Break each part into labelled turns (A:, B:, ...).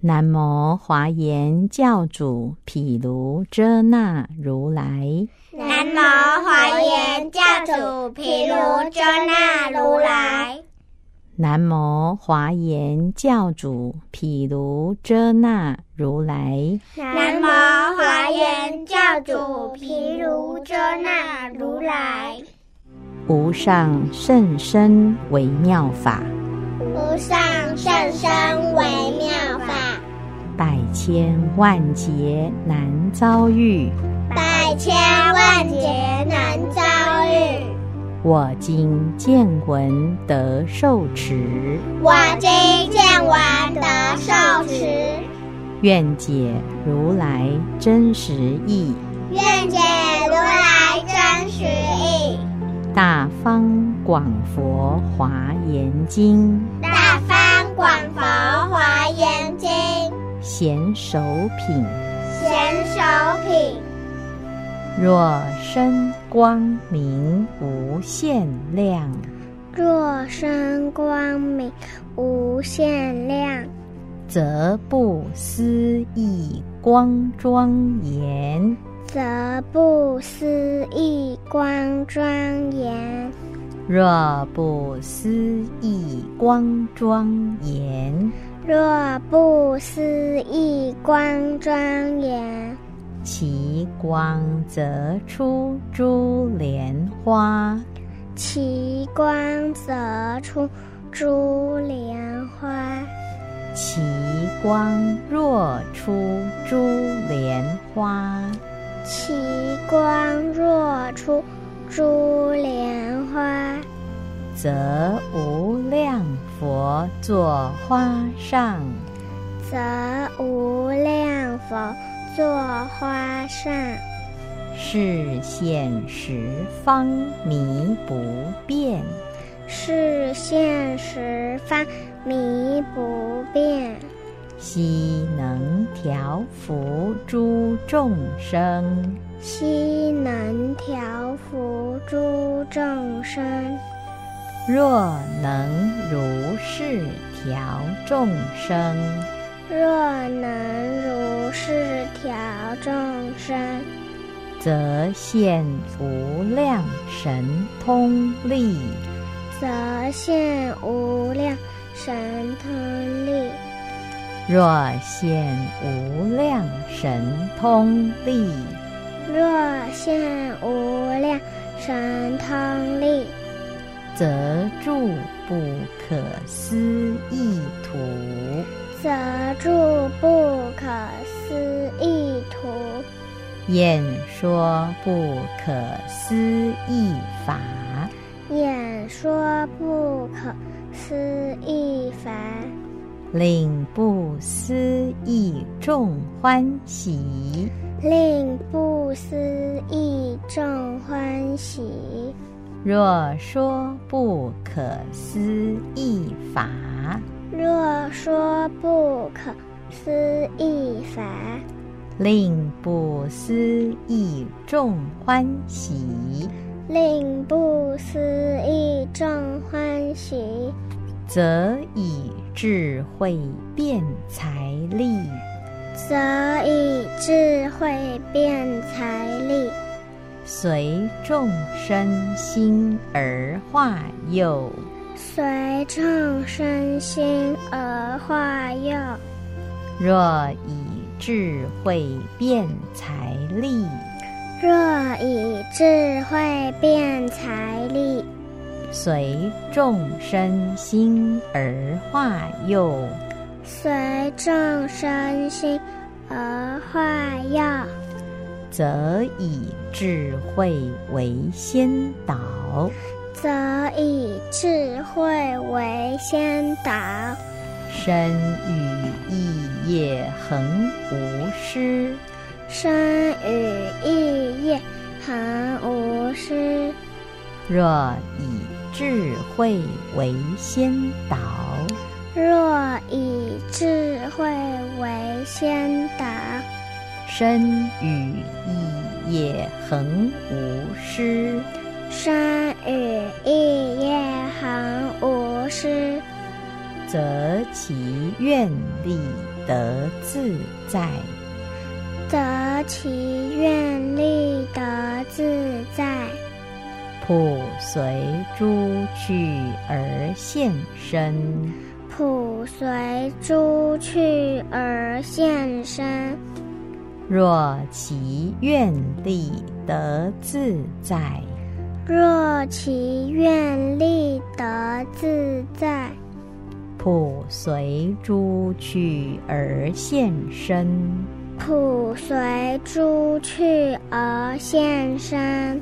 A: 南无华严教主毗卢遮那如来，
B: 南无华严教主毗卢遮那如来，
A: 南无华严教主毗卢遮那如来，
B: 南无华严教主毗卢遮那如来，
A: 无上甚深微妙法，
B: 无上甚深微妙法，
A: 百千万劫难遭遇。
B: 百千万劫难遭遇。
A: 我今见闻得受持，
B: 我今见闻得受持，
A: 愿解如来真实义，
B: 愿解如来真实义。
A: 大方广佛华严经，
B: 大方广佛华严经，
A: 贤首品。
B: 贤首品。
A: 若身光明无限量，
B: 若身光明无限量，
A: 则不思议光庄严。
B: 则不思议光庄严。
A: 若不思议光庄严，
B: 若不思议光庄严，
A: 其光则出珠莲花。
B: 其光则出珠莲花。
A: 其光若出珠莲花，
B: 其光若出珠莲花，
A: 则无量佛作花上。
B: 则无量佛作花上。
A: 是现十方迷不变，
B: 是现十方迷不变，
A: 悉能调伏诸众生。
B: 悉能调伏诸众生。
A: 若能如是调众生，
B: 若能如是调众生，
A: 则现无量神通力。
B: 则现无量神通力。
A: 若现无量神通力，
B: 若现无量神通力，
A: 则住不可思议土。
B: 则住不可思议土，
A: 演说不可思议法，
B: 演说不可思议法，
A: 令不思议众欢喜。
B: 令不思议众欢喜。
A: 若说不可思议法，
B: 若说不可思议法，
A: 令不思议众欢喜，
B: 令不思议众欢喜，
A: 则以智慧辩才力，
B: 则以智慧辩才力，
A: 随众生心而化诱，
B: 随众生心而化诱。
A: 若以智慧辩才力，
B: 若以智慧辩才力，
A: 随众生心而化诱，
B: 随众生心而化诱，
A: 则以智慧为先导，
B: 则以智慧为先导，
A: 身语意业恒无失，
B: 身语意业，恒无失。
A: 若以智慧为先导，
B: 若以智慧为先导，
A: 身与意也恒无失。
B: 身语意业，恒无失。
A: 则其愿力得自在，
B: 则其愿力得自在。
A: 普随诸趣而现身，
B: 普随诸趣而现身。
A: 若其愿力得自在，
B: 若其愿力得自在，
A: 普随诸趣而现身，
B: 普随诸趣而现身，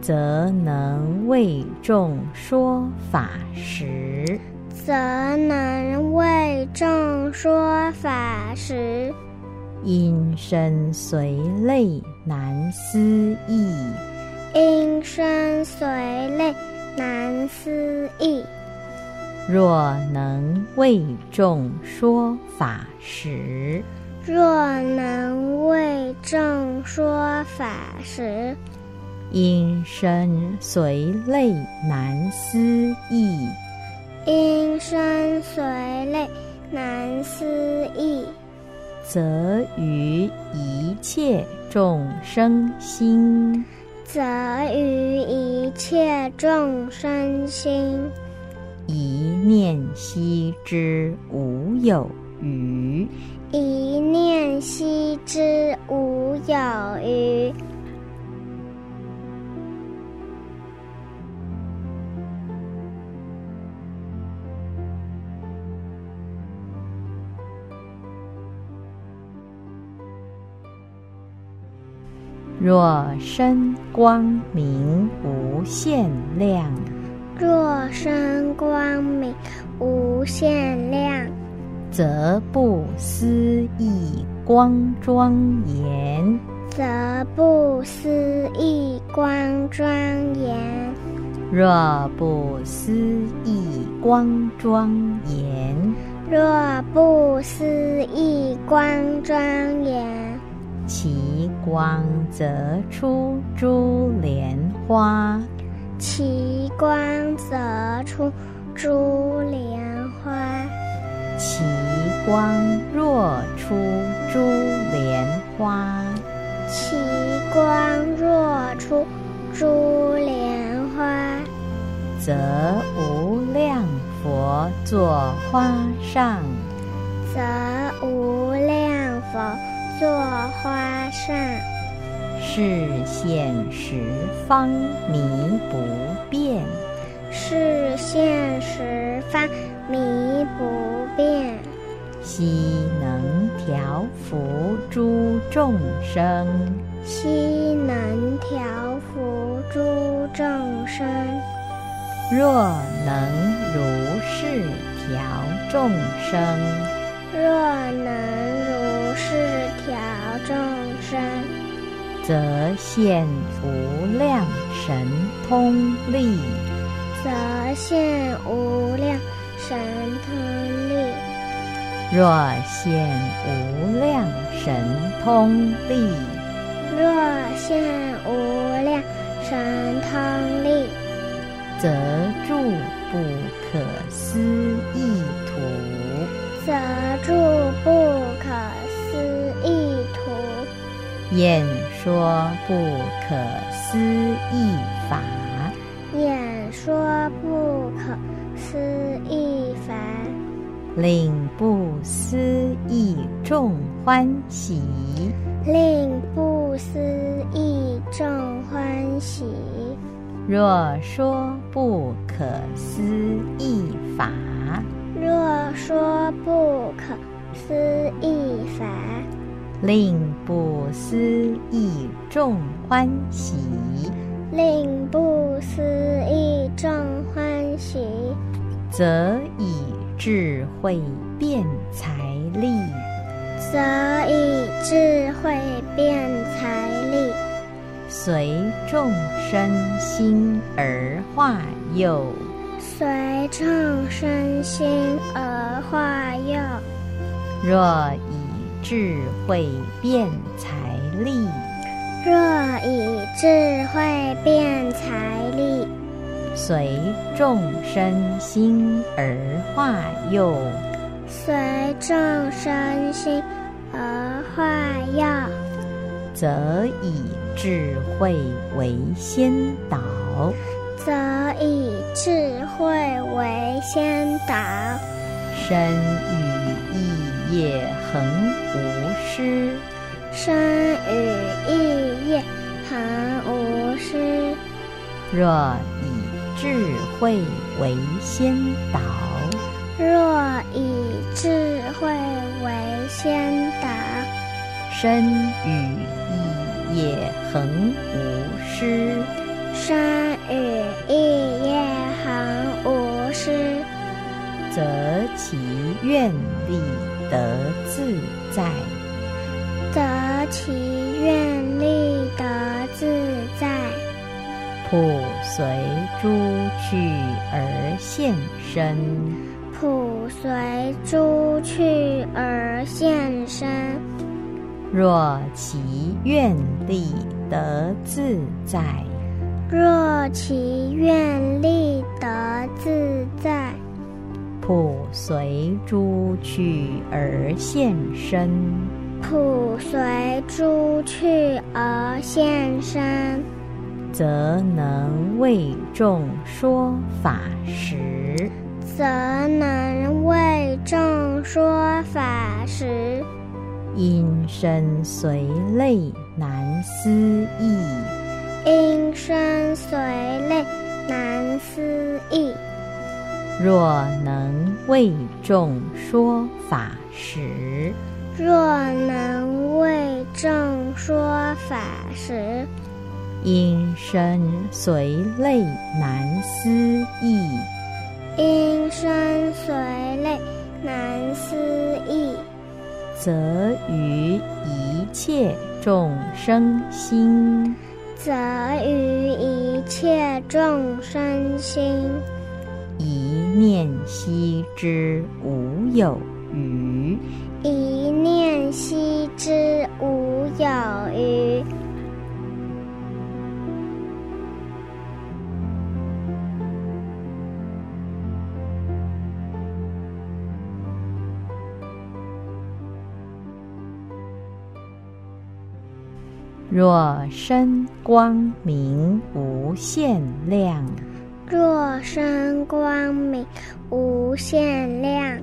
A: 则能为众说法时，
B: 则能为众说法时，
A: 因身随类难思议，
B: 因身随类，难思议。
A: 若能为众说法时，
B: 若能为众说法时，
A: 因身随类难思议，
B: 因身随类，难思议。
A: 则于一切众生心
B: 则于一切众生心，
A: 一念悉之无有余，
B: 一念悉之无有余。
A: 若身光明无限量，
B: 若身光明无限量，
A: 则不思议光庄严，
B: 则不思议光庄严。
A: 若不思议光庄严，
B: 若不思议光庄严，
A: 其光则出诸莲花，
B: 其光则出珠莲花。
A: 其光若出诸莲花，
B: 其光若出珠莲花，
A: 则无量佛作花上，
B: 则无量佛作花上，
A: 是现十方迷不变。
B: 是现十方迷不变，
A: 悉能调伏诸众生，
B: 悉能调伏诸众生。
A: 若能如是调众生，
B: 若能如是调众生，
A: 则现无量神通力，
B: 则现无量神通力。
A: 若现无量神通力，
B: 若现无量神通力，
A: 则住不可思议土，
B: 则住不可思议土，
A: 演说不可思议法。
B: 演说不可思议法，
A: 令不思议众欢喜，
B: 令不思议众欢喜。
A: 若说不可思议法，
B: 若说不可思议法，
A: 令不思议众欢喜，
B: 令不思议众欢喜，
A: 则以智慧辩才力，
B: 所以智慧辩才力，
A: 随众生心而化幼，
B: 随众生心而化幼。
A: 若以智慧辩才力，
B: 若以智慧辩才力，
A: 随众生心而化幼，
B: 随众生心而化幼，
A: 则以智慧为先导，
B: 则以智慧为先导，
A: 身与意业恒无失，
B: 身与意业恒无失。
A: 若以智慧为先导，
B: 若以智慧为先导，
A: 身与意业恒无失，
B: 身与意业恒无失，
A: 则其愿力得自在。
B: 则其愿力得自在。
A: 普随诸趣而现身，
B: 普随诸趣而现身，
A: 若其愿力得自在，
B: 若其愿力得自在，
A: 普随诸趣而现身，
B: 普随诸趣而现身，
A: 则能为众说法时，
B: 则能为众说法时，
A: 因身随类难思议，
B: 因身随类难思议。
A: 若能为众说法时，
B: 若能为众说法时，
A: 因身随类难思议，
B: 因身随类难思议，
A: 则于一切众生心
B: 则于一切众生心，
A: 一念悉之无有余，
B: 一念悉之无有余。
A: 若身光明无限量，
B: 若身光明无限量，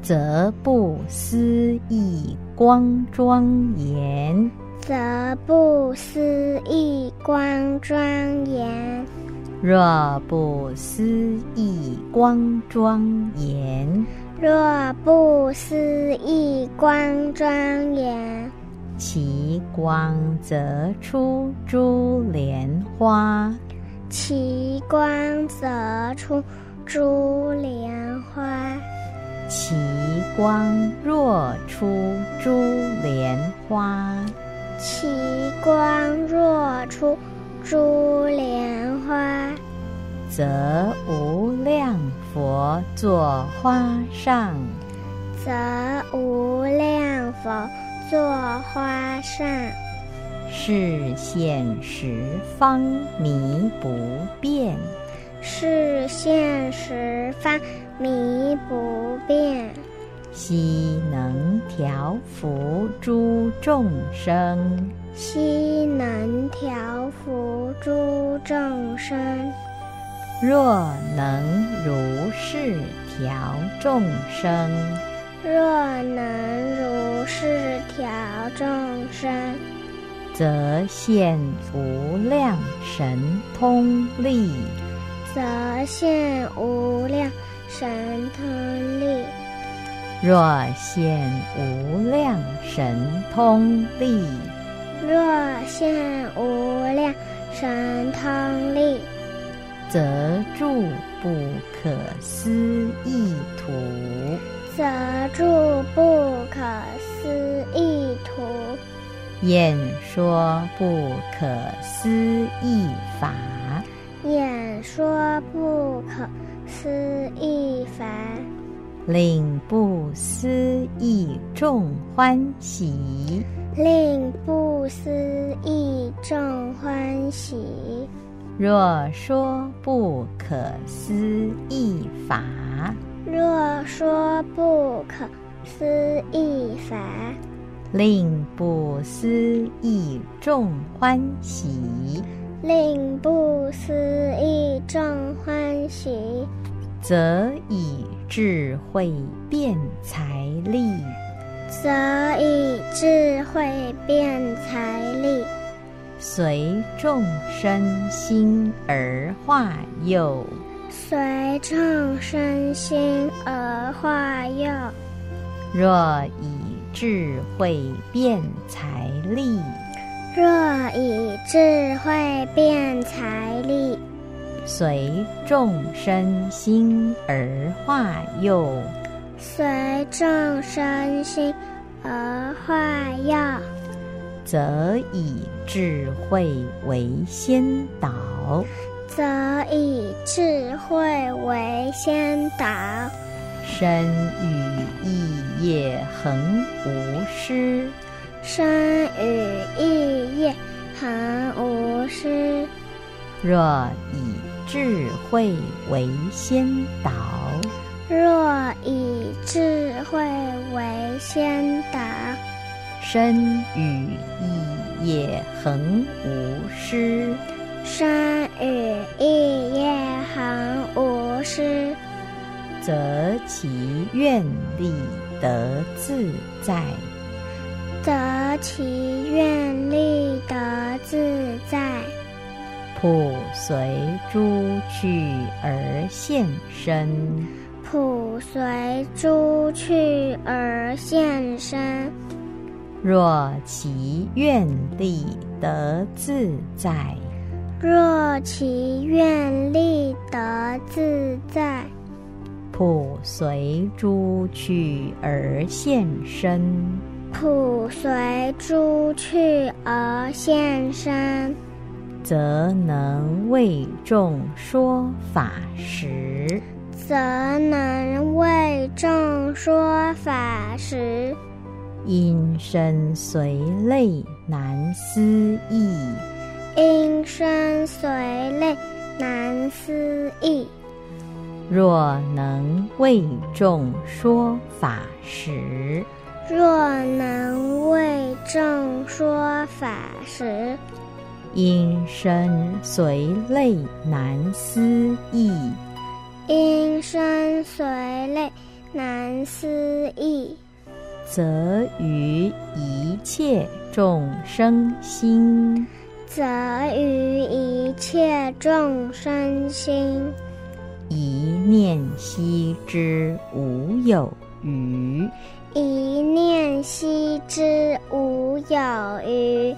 A: 则不思议光庄严，
B: 则不思议光庄严。
A: 若不思议光庄严，
B: 若不思议光庄严，
A: 其光则出诸莲花，
B: 其光则出珠莲花。
A: 其光若出诸莲花，
B: 其光若出珠莲花，
A: 则无量佛作花上，
B: 则无量佛作花上，
A: 是现十方迷不变。
B: 是现十方迷不变，
A: 悉能调伏诸众生，
B: 悉能调伏诸众生。
A: 若能如是调众生，
B: 若能如是调众生，
A: 则现无量神通力，
B: 则现无量神通力。
A: 若现无量神通力，
B: 若现无量神通力，
A: 则住不可思议土。
B: 舌住不可思议图，
A: 演说不可思议法，
B: 演说不可思议法，
A: 令不思议众欢喜。
B: 令不思议众欢喜。
A: 若说不可思议法，
B: 若说不可思议法，
A: 令不思议众欢喜。
B: 令不思议众欢喜，
A: 则以智慧辩才力，
B: 则以智慧辩才力，
A: 随众生心而化佑，
B: 随众生心而化佑。
A: 若以智慧辩才力，
B: 若以智慧辩才力，
A: 随众生心而化佑，
B: 随众生心而化佑，
A: 则以智慧为先导，
B: 则以智慧为先导，
A: 身与意业恒无失，
B: 身与意业恒无失。
A: 若以智慧为先导，
B: 若以智慧为先导，
A: 身与意业恒无失，
B: 身与意业恒无失，
A: 则其愿力得自在。
B: 则其愿力得自在。
A: 普随诸趣而现身，
B: 普随诸趣而现身，
A: 若其愿力得自在，
B: 若其愿力得自在，
A: 普随诸趣而现身，
B: 普随诸趣而现身，
A: 则能为众说法时，
B: 则能为众说法时，
A: 因身随类难思议，
B: 因身随类难思议。
A: 若能为众说法时，
B: 若能为众说法时，
A: 因身随类难思议，
B: 因身随类难思议，
A: 则于一切众生心
B: 则于一切众生心，
A: 一念悉之无有余。
B: 一念悉之无有余。